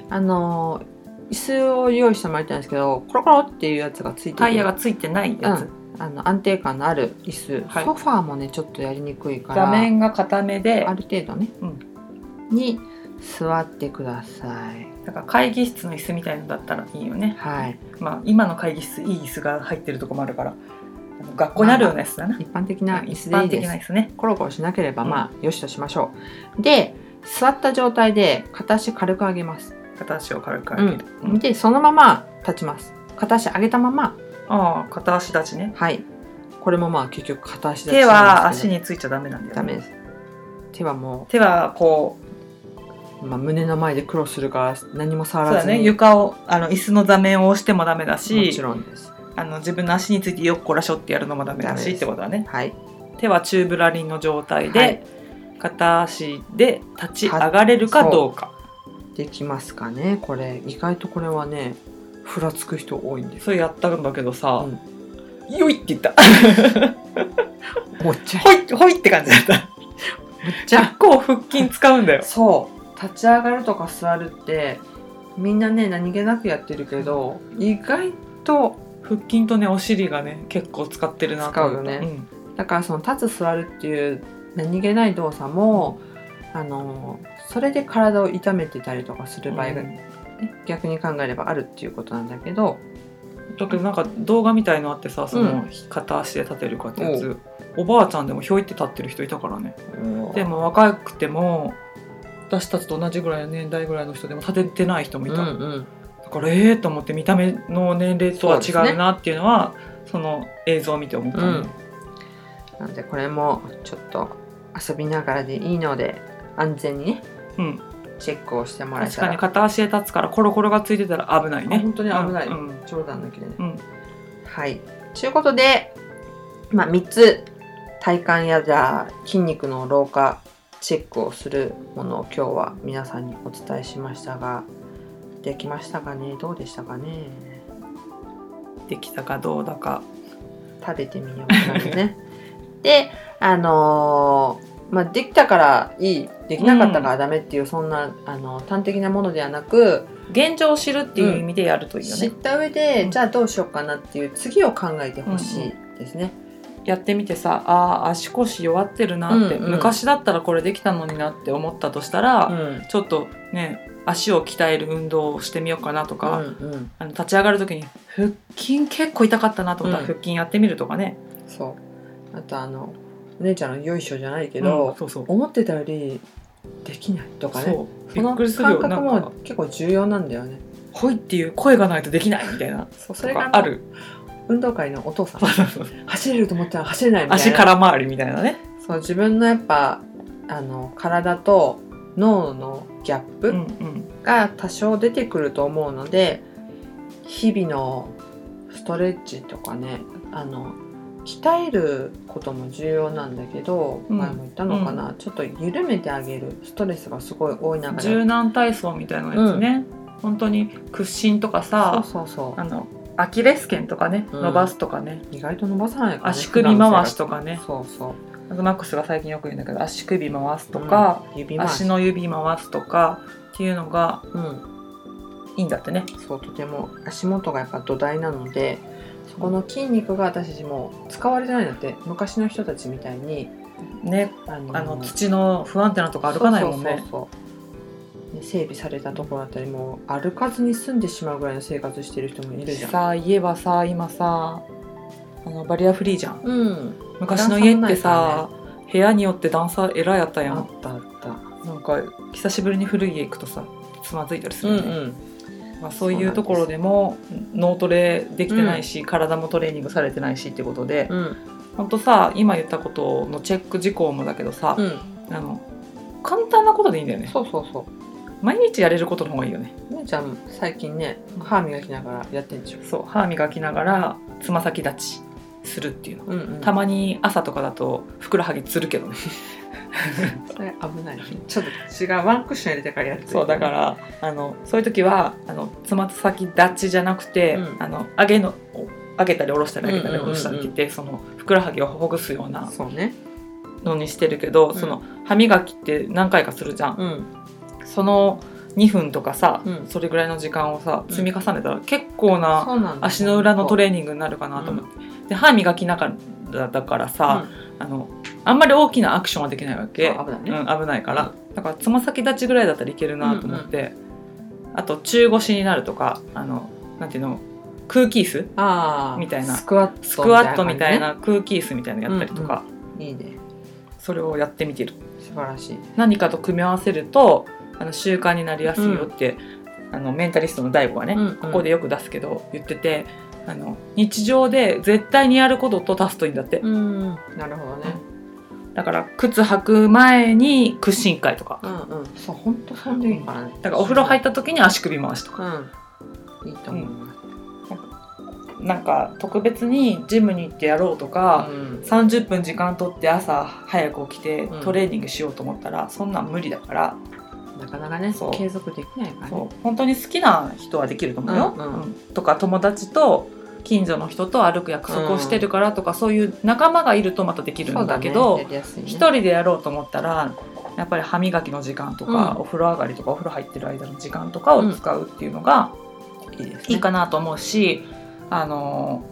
[SPEAKER 2] あのー椅子を用意してもらいたいんですけどコロコロっていうやつがついてて
[SPEAKER 1] タイヤがついてないやつ、
[SPEAKER 2] うんあの安定感のある椅子、
[SPEAKER 1] はい
[SPEAKER 2] ソファーもねちょっとやりにくいから
[SPEAKER 1] 座面が固めで
[SPEAKER 2] ある程度ね、
[SPEAKER 1] う
[SPEAKER 2] に座ってください
[SPEAKER 1] だから会議室の椅子みたいのだったらいいよね、
[SPEAKER 2] はい
[SPEAKER 1] まあ、今の会議室いい椅子が入ってるとこもあるからあの学校にあるようなやつだな、
[SPEAKER 2] 一般的な椅子
[SPEAKER 1] 一
[SPEAKER 2] でい
[SPEAKER 1] 般
[SPEAKER 2] いで
[SPEAKER 1] 的
[SPEAKER 2] す
[SPEAKER 1] な椅子ね
[SPEAKER 2] コロコロしなければまあよしとしましょう、で座った状態で片足軽く上げます、
[SPEAKER 1] 片足を軽く上げる、うん
[SPEAKER 2] でそのまま立ちます片足上げたまま
[SPEAKER 1] ああ片足立ちね
[SPEAKER 2] はいこれもまあ結局片足立ち
[SPEAKER 1] 手は足
[SPEAKER 2] に
[SPEAKER 1] についちゃダメなんだよ、ね、
[SPEAKER 2] ダメです手はも
[SPEAKER 1] 手はこう
[SPEAKER 2] う、まあ、胸の前でクロスするから何も触
[SPEAKER 1] そう
[SPEAKER 2] ら
[SPEAKER 1] だ
[SPEAKER 2] ずに
[SPEAKER 1] ね床をあの椅子の座面を押してもダメだ
[SPEAKER 2] も
[SPEAKER 1] し
[SPEAKER 2] ちろんです
[SPEAKER 1] あの自分の足についてよっこらしょってやるのもダメだしってことだね
[SPEAKER 2] はい
[SPEAKER 1] 手はチューブラリンの状態で、
[SPEAKER 2] はい
[SPEAKER 1] 片足で立ち上がれるかどうか
[SPEAKER 2] できますかねこれ意外とこれはねふらつく人多いんです
[SPEAKER 1] それやったんだけどさ
[SPEAKER 2] うん
[SPEAKER 1] 「よい!」って言った
[SPEAKER 2] もっちゃ
[SPEAKER 1] 「ほいほい!」って感じだった
[SPEAKER 2] じゃ
[SPEAKER 1] 結構腹筋使うんだよ
[SPEAKER 2] そう立ち上がるとか座るってみんなね何気なくやってるけど意外と
[SPEAKER 1] 腹筋とねお尻がね結構使ってるなと思った
[SPEAKER 2] 使うよね
[SPEAKER 1] ん
[SPEAKER 2] だからその立つ座るっていう何気ない動作もあのそれで体を痛めてたりとかする場合が、
[SPEAKER 1] うん
[SPEAKER 2] 逆に考えればあるっていうことなんだけど
[SPEAKER 1] だけどなんか動画みたいのあってさその
[SPEAKER 2] う
[SPEAKER 1] 片足で立てるかってやつ、おばあちゃんでもひょいって立ってる人いたからねで
[SPEAKER 2] も
[SPEAKER 1] も若くても私たちと同じぐらいの年代ぐらいの人でも立ててない人もいた、
[SPEAKER 2] うんうん
[SPEAKER 1] だからええと思って見た目の年齢とは
[SPEAKER 2] そうです
[SPEAKER 1] 違う
[SPEAKER 2] ね
[SPEAKER 1] なっていうのはそ,、の映像を見て思ったね、
[SPEAKER 2] うんなんでこれもちょっと遊びながらでいいので安全にね、
[SPEAKER 1] うん
[SPEAKER 2] チェックをしてもらえ
[SPEAKER 1] 確
[SPEAKER 2] た
[SPEAKER 1] かに
[SPEAKER 2] ら
[SPEAKER 1] 片足で立つからコロコロがついてたら危ない
[SPEAKER 2] あ
[SPEAKER 1] ね
[SPEAKER 2] 本当に危ない、
[SPEAKER 1] うんうん
[SPEAKER 2] 冗談抜きでね
[SPEAKER 1] うん
[SPEAKER 2] はい。ということで、まあ、3つ体幹やじゃあ筋肉の老化チェックをするものを今日は皆さんにお伝えしましたができましたかねどうでしたかね
[SPEAKER 1] できたかどうだか
[SPEAKER 2] 食べてみようかな ね。であのーまあ、できたからいいできなかったからダメっていう、そんなあの端的なものではなく
[SPEAKER 1] 現状を知るっていう意味でやるといいよ
[SPEAKER 2] 知
[SPEAKER 1] ね
[SPEAKER 2] っ、た上で、
[SPEAKER 1] うん
[SPEAKER 2] じゃあどうしようかなっていう次を考えてほしいですね。
[SPEAKER 1] やってみてさあー足腰弱ってるなって、
[SPEAKER 2] うんうん
[SPEAKER 1] 昔だったらこれできたのになって思ったとしたら、
[SPEAKER 2] ん
[SPEAKER 1] ちょっとね足を鍛える運動をしてみようかなとか、
[SPEAKER 2] うんうん
[SPEAKER 1] あの立ち上がる時に腹筋結構痛かったなと思ったら
[SPEAKER 2] うん
[SPEAKER 1] 腹筋やってみるとかね、
[SPEAKER 2] そうあとあのお姉ちゃんのよいしょじゃないけ
[SPEAKER 1] うん
[SPEAKER 2] ど、
[SPEAKER 1] そうそう
[SPEAKER 2] 思ってたよりできないとかね
[SPEAKER 1] そう
[SPEAKER 2] そ
[SPEAKER 1] びっ
[SPEAKER 2] の
[SPEAKER 1] くりする
[SPEAKER 2] 感
[SPEAKER 1] よ
[SPEAKER 2] 覚
[SPEAKER 1] なんか
[SPEAKER 2] も結構重要なんだよね
[SPEAKER 1] 「ほい」っていう声がないとできないみたいな
[SPEAKER 2] そうそ
[SPEAKER 1] と
[SPEAKER 2] れが
[SPEAKER 1] かある
[SPEAKER 2] 運動会のお父さん 走れると思ったら走れないみたいな
[SPEAKER 1] 足空回りみたいなね
[SPEAKER 2] そう自分のやっぱあの体と脳のギャップ、
[SPEAKER 1] うんうん
[SPEAKER 2] が多少出てくると思うので日々のストレッチとかねあの鍛えることも重要なんだけど、
[SPEAKER 1] うん
[SPEAKER 2] 前も言ったのかな、ちょっと緩めてあげるストレスがすごい多い中で
[SPEAKER 1] 柔軟体操みたいなやつね、本当に屈伸とか
[SPEAKER 2] そ
[SPEAKER 1] さ
[SPEAKER 2] うそうそ
[SPEAKER 1] あのアキレス腱とかね
[SPEAKER 2] うん
[SPEAKER 1] 伸ばすとかね、
[SPEAKER 2] う意外と伸ばさないから、
[SPEAKER 1] 足首回しとかね
[SPEAKER 2] 普段の生活そう
[SPEAKER 1] あとマックスが最近よく言うんだけど足首回す
[SPEAKER 2] そ
[SPEAKER 1] と
[SPEAKER 2] う
[SPEAKER 1] か、、
[SPEAKER 2] うん指回し
[SPEAKER 1] 足の指回すとかっていうのが
[SPEAKER 2] うん、
[SPEAKER 1] いいんだってね
[SPEAKER 2] そうとても足元がやっぱ土台なのでそこの筋肉が私たちも使われてないんだって昔の人たちみたいに
[SPEAKER 1] ね
[SPEAKER 2] あの
[SPEAKER 1] あの土の不安定なとこ歩かないもんね
[SPEAKER 2] そうそうそうそうね整備されたところだったりもう歩かずに住んでしまうぐらいの生活してる人もいるじゃん。
[SPEAKER 1] さあ家はさ今さあのバリアフリーじゃん
[SPEAKER 2] うん、
[SPEAKER 1] 昔の家ってさ、部屋によって段差えらいあったや
[SPEAKER 2] あ
[SPEAKER 1] ん
[SPEAKER 2] ったあった。
[SPEAKER 1] なんか久しぶりに古い家行くとさつまずいたりするよね、
[SPEAKER 2] ん、
[SPEAKER 1] まあ、そういうところでも脳トレできてないし、体もトレーニングされてないしってことで、
[SPEAKER 2] うん、
[SPEAKER 1] ほんとさ今言ったことのチェック事項もだけどさ、
[SPEAKER 2] うん、
[SPEAKER 1] あの簡単なことでいいんだよね
[SPEAKER 2] そうそうそう。
[SPEAKER 1] 毎日やれることの方がいいよね
[SPEAKER 2] 姉ちゃん最近ね歯磨きながらやってんでしょ。
[SPEAKER 1] そう歯磨きながらつま先立ちするっていうの、
[SPEAKER 2] うん、うん、
[SPEAKER 1] たまに朝とかだとふくらはぎつるけどね
[SPEAKER 2] それ危ない。ちょっと違うワンクッション入れてからやって。
[SPEAKER 1] そうだか。らあのそういう時はあのつま先立ちじゃなくて、
[SPEAKER 2] うん
[SPEAKER 1] あの上げの上げたり下ろしたり上げたり
[SPEAKER 2] うん
[SPEAKER 1] 下
[SPEAKER 2] うんう
[SPEAKER 1] ろしたりっ
[SPEAKER 2] んうん
[SPEAKER 1] て言って、そのふくらはぎをほぐすような
[SPEAKER 2] そうね。
[SPEAKER 1] のにしてるけど、
[SPEAKER 2] ん
[SPEAKER 1] その歯磨きって何回かするじゃん、
[SPEAKER 2] うん、
[SPEAKER 1] その2分とかさ、
[SPEAKER 2] うん
[SPEAKER 1] それぐらいの時間をさ
[SPEAKER 2] うん
[SPEAKER 1] 積み重ねたら結構な
[SPEAKER 2] そうなんだ。
[SPEAKER 1] 足の裏のト
[SPEAKER 2] レ
[SPEAKER 1] レーニングになるかなと思って、で歯磨きながらだからさ、
[SPEAKER 2] うん
[SPEAKER 1] あのあんまり大きなアクションはできないわけ
[SPEAKER 2] そう危ないね
[SPEAKER 1] うん、危ないからだからつま先立ちぐらいだったらいけるなと思って、あと中腰になるとかあのなんていうの空気椅子
[SPEAKER 2] ああ
[SPEAKER 1] みたいな
[SPEAKER 2] スクワット
[SPEAKER 1] スクワットみたいな
[SPEAKER 2] な
[SPEAKER 1] 空気椅子みたいなのやったりとか、
[SPEAKER 2] 感じね。いいね。
[SPEAKER 1] それをやってみてる
[SPEAKER 2] 素晴らしい。
[SPEAKER 1] 何かと組み合わせるとあの習慣になりやすいよって、あのメンタリストの DAIGO がね、
[SPEAKER 2] うんうん
[SPEAKER 1] ここでよく出すけど言っててあの日常で絶対にやることと足すといいんだって、
[SPEAKER 2] うん、なるほどね。
[SPEAKER 1] だから靴履く前に屈伸会とか
[SPEAKER 2] うんうん、そう、本当そんでいいからね。。
[SPEAKER 1] だからお風呂入ったた時に足首回しとか
[SPEAKER 2] うん。いいと思います。
[SPEAKER 1] なんか特別にジムに行ってやろうとか、
[SPEAKER 2] うん、
[SPEAKER 1] 30分時間取って朝早く起きて
[SPEAKER 2] うん
[SPEAKER 1] トレーニングしようと思ったら、そんなん無理だから、
[SPEAKER 2] なかなかね
[SPEAKER 1] そう、
[SPEAKER 2] 継続できないからね。
[SPEAKER 1] そう本当に好きな人はできると思うよ、
[SPEAKER 2] うんうん
[SPEAKER 1] とか友達と近所の人と歩く約束をしてるからとか、そういう仲間がいるとまたできるんだけど
[SPEAKER 2] そうだねやりやすいね
[SPEAKER 1] 一、人でやろうと思ったらやっぱり歯磨きの時間とか、
[SPEAKER 2] うん
[SPEAKER 1] お風呂上がりとかお風呂入ってる間の時間とかを使うっていうのが
[SPEAKER 2] いいですね。
[SPEAKER 1] いいかなと思うし、あの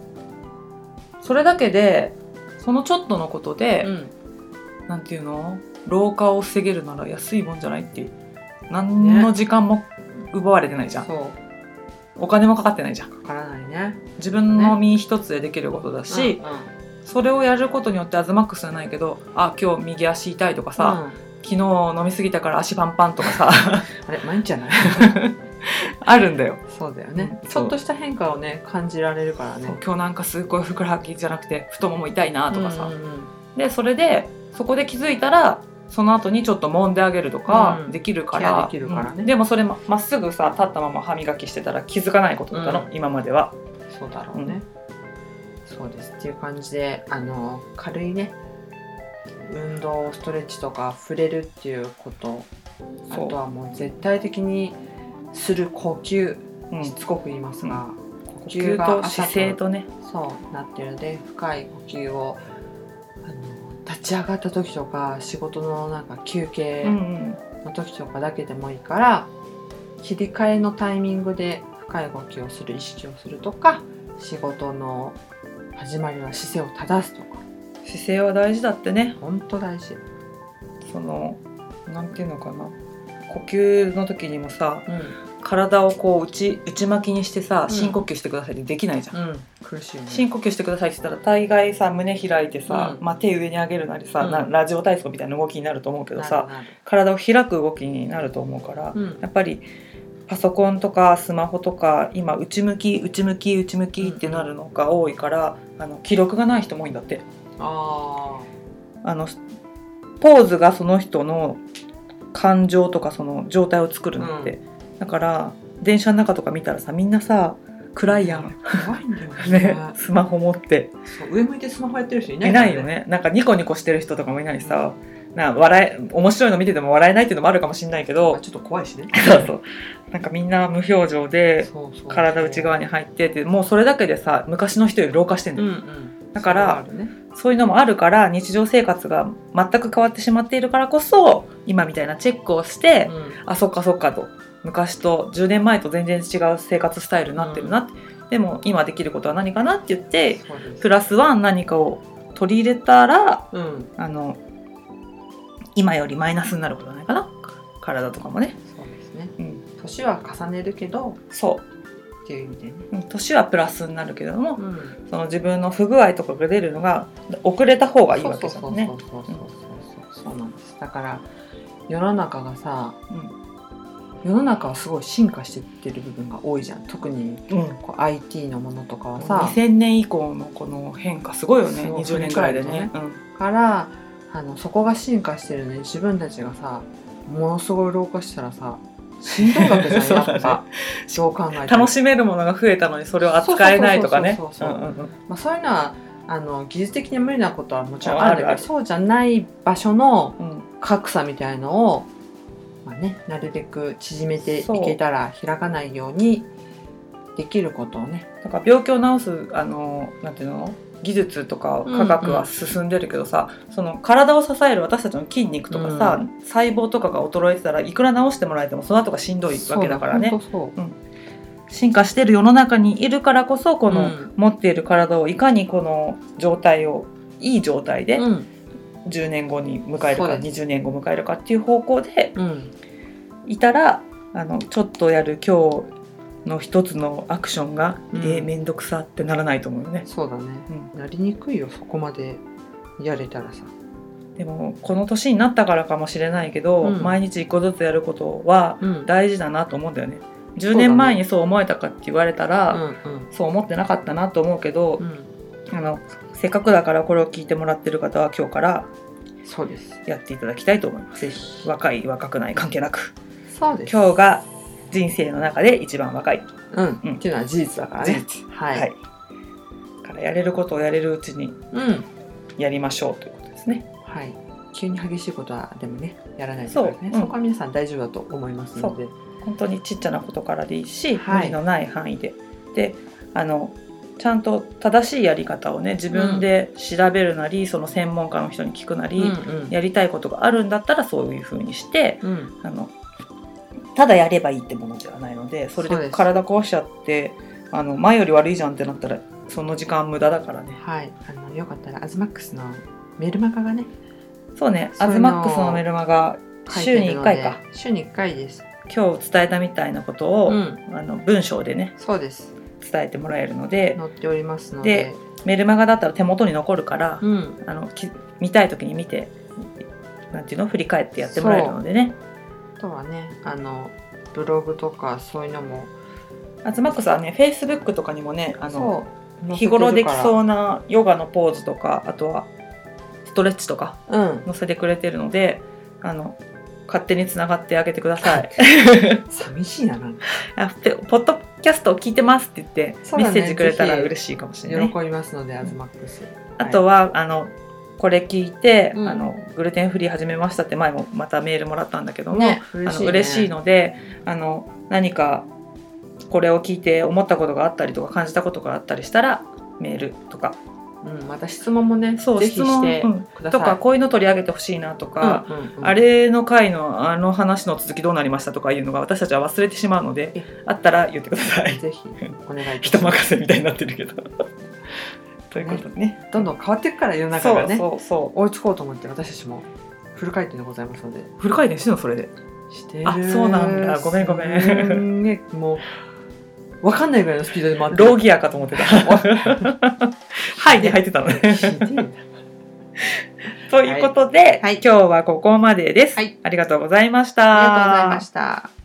[SPEAKER 1] それだけでそのちょっとのことで、
[SPEAKER 2] うん、
[SPEAKER 1] なんていうの老化を防げるなら安いもんじゃないっていう何の時間も奪われてないじゃん、
[SPEAKER 2] そ
[SPEAKER 1] お金もかかってないじゃん
[SPEAKER 2] う、かからないね。
[SPEAKER 1] 自分の身一つでできることだし、
[SPEAKER 2] うんうん
[SPEAKER 1] それをやることによってアズマックスじゃないけどあ今日右足痛いとかさ、昨日飲みすぎたから足パンパンとかさ
[SPEAKER 2] うんあれ、毎日じゃない。
[SPEAKER 1] あるんだよ、
[SPEAKER 2] そうだよね。
[SPEAKER 1] うん
[SPEAKER 2] ちょっとした変化をね、感じられるからね
[SPEAKER 1] そう。今日なんかすごいふくらはぎじゃなくて太もも痛いなとかさ、
[SPEAKER 2] うんうん
[SPEAKER 1] でそれでそこで気づいたらその後にちょっと揉んであげるとか
[SPEAKER 2] うん
[SPEAKER 1] できるか
[SPEAKER 2] ケア
[SPEAKER 1] ら,、
[SPEAKER 2] できるからね
[SPEAKER 1] うんでもそれままっすぐさ立ったまま歯磨きしてたら気づかないことだったの、
[SPEAKER 2] う
[SPEAKER 1] 今までは
[SPEAKER 2] うんそうだろうね。そうです。っていう感じで、あの、軽いね。運動、ストレッチとか、触れるっていうこと。あ
[SPEAKER 1] そう
[SPEAKER 2] とはもう絶対的にする呼吸
[SPEAKER 1] うん
[SPEAKER 2] しつこく言いますが、呼
[SPEAKER 1] 呼
[SPEAKER 2] 吸
[SPEAKER 1] 吸
[SPEAKER 2] が
[SPEAKER 1] と姿勢とね
[SPEAKER 2] そうなってるので深い呼吸をあの立ち上がった時とか仕事のなんか休憩
[SPEAKER 1] うんうん
[SPEAKER 2] の時とかだけでもいいから、切り替えのタイミングで深い呼吸をする意識をするとか仕事の始まりは姿勢を正すとか
[SPEAKER 1] 姿勢は大事だってね
[SPEAKER 2] 本当大事。
[SPEAKER 1] そのなんていうのかな呼吸の時にもさ
[SPEAKER 2] うん
[SPEAKER 1] 必体をこう内内巻きにしてさ
[SPEAKER 2] うん
[SPEAKER 1] 深呼吸してくださいってできないじゃん、
[SPEAKER 2] うん、苦しいよね
[SPEAKER 1] 深呼吸してくださいって言ったら大概さ胸開いてさ、
[SPEAKER 2] うん
[SPEAKER 1] まあ、手上に上げるなりさ、
[SPEAKER 2] うん
[SPEAKER 1] なラジオ体操みたいな動きになると思うけどさ
[SPEAKER 2] なる
[SPEAKER 1] 体を開く動きになると思うから、
[SPEAKER 2] なる
[SPEAKER 1] やっぱりパソコンとかスマホとか今内向き内向き内向きってなるのが多いから、あの記録がない人も多いんだって
[SPEAKER 2] うん、あ
[SPEAKER 1] あのポーズがその人の感情とかその状態を作るんだって、だから電車の中とか見たらさみんなさ暗いやん、
[SPEAKER 2] ー怖いんだよね
[SPEAKER 1] ね、スマホ持って
[SPEAKER 2] そう上向いてスマホやってる人いない
[SPEAKER 1] いないよねなんかニコニコしてる人とかもいないしさな笑え面白いの見てても笑えないっていうのもあるかもしれないけ
[SPEAKER 2] まあ
[SPEAKER 1] ど
[SPEAKER 2] ちょっと怖いしね
[SPEAKER 1] そうそうなんかみんな無表情で
[SPEAKER 2] そうそう
[SPEAKER 1] 体内側に入ってってもうそれだけでさ昔の人より老化してん
[SPEAKER 2] う
[SPEAKER 1] だ
[SPEAKER 2] ん
[SPEAKER 1] よ、
[SPEAKER 2] うん
[SPEAKER 1] だから
[SPEAKER 2] それはあるね
[SPEAKER 1] そういうのもあるから日常生活が全く変わってしまっているからこそ今みたいなチェックをして、あそっかそっかと昔と10年前と全然違う生活スタイルになってるなって、でも今できることは何かなって言って
[SPEAKER 2] うん、そうです
[SPEAKER 1] プラスワン何かを取り入れたら
[SPEAKER 2] うん
[SPEAKER 1] あの今よりマイナスになることはないかな体とかもね、
[SPEAKER 2] そうですね
[SPEAKER 1] うん、
[SPEAKER 2] 年は重ねるけど
[SPEAKER 1] そ
[SPEAKER 2] っていう意味でね
[SPEAKER 1] ううん年はプラスになるけれども、
[SPEAKER 2] ん
[SPEAKER 1] その自分の不具合とかが出るのが遅れた方がいいわけだもんね
[SPEAKER 2] そう。そうそうそうそうそうそうなんですだから世の中がさ
[SPEAKER 1] うん
[SPEAKER 2] 世の中はすごい進化してってる部分が多いじゃん特に
[SPEAKER 1] うん
[SPEAKER 2] こう IT のものとかはさ
[SPEAKER 1] 2000年以降のこの変化すごいよね
[SPEAKER 2] そう
[SPEAKER 1] 20年くらいでね。
[SPEAKER 2] からあのそこが進化してるのに自分たちがさものすごい老化したらさしんどいわけじゃん
[SPEAKER 1] そうだね
[SPEAKER 2] やっぱどう考え
[SPEAKER 1] うん
[SPEAKER 2] ても
[SPEAKER 1] 楽しめるものが増えたのにそれを扱えないとかね
[SPEAKER 2] そうそうそうそうそう
[SPEAKER 1] うんうんうん
[SPEAKER 2] まあ、そういうのはあの技術的に無理なことはもちろんあるんだけ
[SPEAKER 1] あるあ
[SPEAKER 2] ど
[SPEAKER 1] る
[SPEAKER 2] そうじゃない場所の
[SPEAKER 1] うん
[SPEAKER 2] 格差みたいのを、まあね、なるべく縮めていけたら開かないようにできることをね
[SPEAKER 1] なんか病気を治すあのなんていうの技術とか科学は進んでるけどさ、その体を支える私たちの筋肉とかさ、
[SPEAKER 2] う
[SPEAKER 1] 細胞とかが衰えてたらいくら治してもらえてもその後がしんどいわけだからね
[SPEAKER 2] そう本
[SPEAKER 1] 進化してる世の中にいるからこそこの、
[SPEAKER 2] うん
[SPEAKER 1] 持っている体をいかにこの状態をいい状態
[SPEAKER 2] 当
[SPEAKER 1] で
[SPEAKER 2] そううん
[SPEAKER 1] 10年後に迎えるか、
[SPEAKER 2] そうで
[SPEAKER 1] 20年後迎えるかっていう方向で
[SPEAKER 2] うん
[SPEAKER 1] いたらあのちょっとやる今日の一つのアクションが、
[SPEAKER 2] うん
[SPEAKER 1] えー、めんどくさってならないと思うよね。
[SPEAKER 2] そうだね
[SPEAKER 1] うん
[SPEAKER 2] なりにくいよそこまでやれたらさ
[SPEAKER 1] でもこの年になったからかもしれないけど、
[SPEAKER 2] うん
[SPEAKER 1] 毎日一個ずつやることは
[SPEAKER 2] うん
[SPEAKER 1] 大事だなと思うんだよね。10
[SPEAKER 2] うだね
[SPEAKER 1] 年前にそう思えたかって言われた
[SPEAKER 2] う
[SPEAKER 1] ら、
[SPEAKER 2] んうん
[SPEAKER 1] そう思ってなかったなと思うけど、
[SPEAKER 2] うん
[SPEAKER 1] あのせっかくだからこれを聞いてもらってる方は今日から
[SPEAKER 2] そうです
[SPEAKER 1] やっていただきたいと思います
[SPEAKER 2] ぜひ
[SPEAKER 1] 若い若くない関係なく
[SPEAKER 2] そうです
[SPEAKER 1] 今日が人生の中で一番若い
[SPEAKER 2] うん、
[SPEAKER 1] うん
[SPEAKER 2] っていうのは事実だから
[SPEAKER 1] 事
[SPEAKER 2] ね
[SPEAKER 1] 実
[SPEAKER 2] はい、
[SPEAKER 1] はいからやれることをやれるうちに
[SPEAKER 2] うん
[SPEAKER 1] やりましょうということですね
[SPEAKER 2] はい急に激しいことはでもねやらないとからね
[SPEAKER 1] そう
[SPEAKER 2] そ,、
[SPEAKER 1] うん
[SPEAKER 2] こは皆さん大丈夫だと思いますので
[SPEAKER 1] 本当にちっちゃなことからでいいし、
[SPEAKER 2] はい
[SPEAKER 1] 無理のない範囲でであのちゃんと正しいやり方をね自分で調べるなり、その専門家の人に聞くなり、
[SPEAKER 2] うん
[SPEAKER 1] やりたいことがあるんだったらそういうふうにして
[SPEAKER 2] うんうん
[SPEAKER 1] あのただやればいいってものではないのでそれ
[SPEAKER 2] そうで
[SPEAKER 1] です体壊しちゃってあの前より悪いじゃんってなったらその時間無駄だからね
[SPEAKER 2] はいあのよかったらアズマックスのメルマガがね
[SPEAKER 1] そうね
[SPEAKER 2] そう
[SPEAKER 1] ア
[SPEAKER 2] いうの
[SPEAKER 1] ズマックスのメルマガ
[SPEAKER 2] 書い
[SPEAKER 1] 週
[SPEAKER 2] て
[SPEAKER 1] に
[SPEAKER 2] るの
[SPEAKER 1] 1
[SPEAKER 2] で
[SPEAKER 1] 回か
[SPEAKER 2] 週に1回です
[SPEAKER 1] 今日伝えたみたいなことを、
[SPEAKER 2] うん
[SPEAKER 1] あの文章でね
[SPEAKER 2] そうです
[SPEAKER 1] 伝えてもらえるので
[SPEAKER 2] 載っておりますので
[SPEAKER 1] メルマガだったら手元に残るから、
[SPEAKER 2] うん
[SPEAKER 1] あのき見たい時に見てなんていうの振り返ってやってもらえるのでね
[SPEAKER 2] あとはねあのブログとかそういうのも
[SPEAKER 1] アズマックスはねフェイスブックとかにもねあの
[SPEAKER 2] そう載せて
[SPEAKER 1] 日
[SPEAKER 2] るから
[SPEAKER 1] 頃できそうなヨガのポーズとかあとはストレッチとか
[SPEAKER 2] うん
[SPEAKER 1] 載せてくれてるのであの勝手につながってあげてください
[SPEAKER 2] 寂しいななんか
[SPEAKER 1] あでポッドキャストを聞いてますって言って、
[SPEAKER 2] そう
[SPEAKER 1] メ
[SPEAKER 2] だね
[SPEAKER 1] ッセージくれたら嬉しいかもし
[SPEAKER 2] 喜
[SPEAKER 1] れない、
[SPEAKER 2] びますのでアズマックス
[SPEAKER 1] あとはあのこれ聞いて、
[SPEAKER 2] うん
[SPEAKER 1] あのグルテンフリー始めましたって前もまたメールもらったんだけども、
[SPEAKER 2] ね
[SPEAKER 1] あの
[SPEAKER 2] 嬉しいね
[SPEAKER 1] 嬉しいのであの何かこれを聞いて思ったことがあったりとか感じたことがあったりしたらメールとか
[SPEAKER 2] うん、また質問もね、
[SPEAKER 1] そう
[SPEAKER 2] ぜひし
[SPEAKER 1] 質
[SPEAKER 2] て
[SPEAKER 1] 問うん
[SPEAKER 2] くださ
[SPEAKER 1] と
[SPEAKER 2] い。
[SPEAKER 1] かこういうの取り上げてほしいなとか、
[SPEAKER 2] うんうんうん
[SPEAKER 1] あれの回のあの話の続きどうなりましたとかいうのが私たちは忘れてしまうので
[SPEAKER 2] え
[SPEAKER 1] あったら言ってください
[SPEAKER 2] ぜひお願いいた
[SPEAKER 1] 人
[SPEAKER 2] します。
[SPEAKER 1] 任せみたいになってるけどということでね
[SPEAKER 2] どんどん変わっていくから世の中
[SPEAKER 1] そ
[SPEAKER 2] が
[SPEAKER 1] う
[SPEAKER 2] ね、
[SPEAKER 1] そうそ
[SPEAKER 2] 追いつこうと思って私たちもフル回転でございますので、
[SPEAKER 1] うフル回転してんのそれで
[SPEAKER 2] してる
[SPEAKER 1] あそうなんだごめんごめん
[SPEAKER 2] すんげえもうわかんないぐらいのスピードで回って
[SPEAKER 1] ローギアかと思ってた。はい、で入ってたのね。ということで、
[SPEAKER 3] はい
[SPEAKER 1] 今日はここまでです、
[SPEAKER 3] はい
[SPEAKER 1] ありがとうございまし
[SPEAKER 3] あ
[SPEAKER 1] た。
[SPEAKER 3] りがとうございました。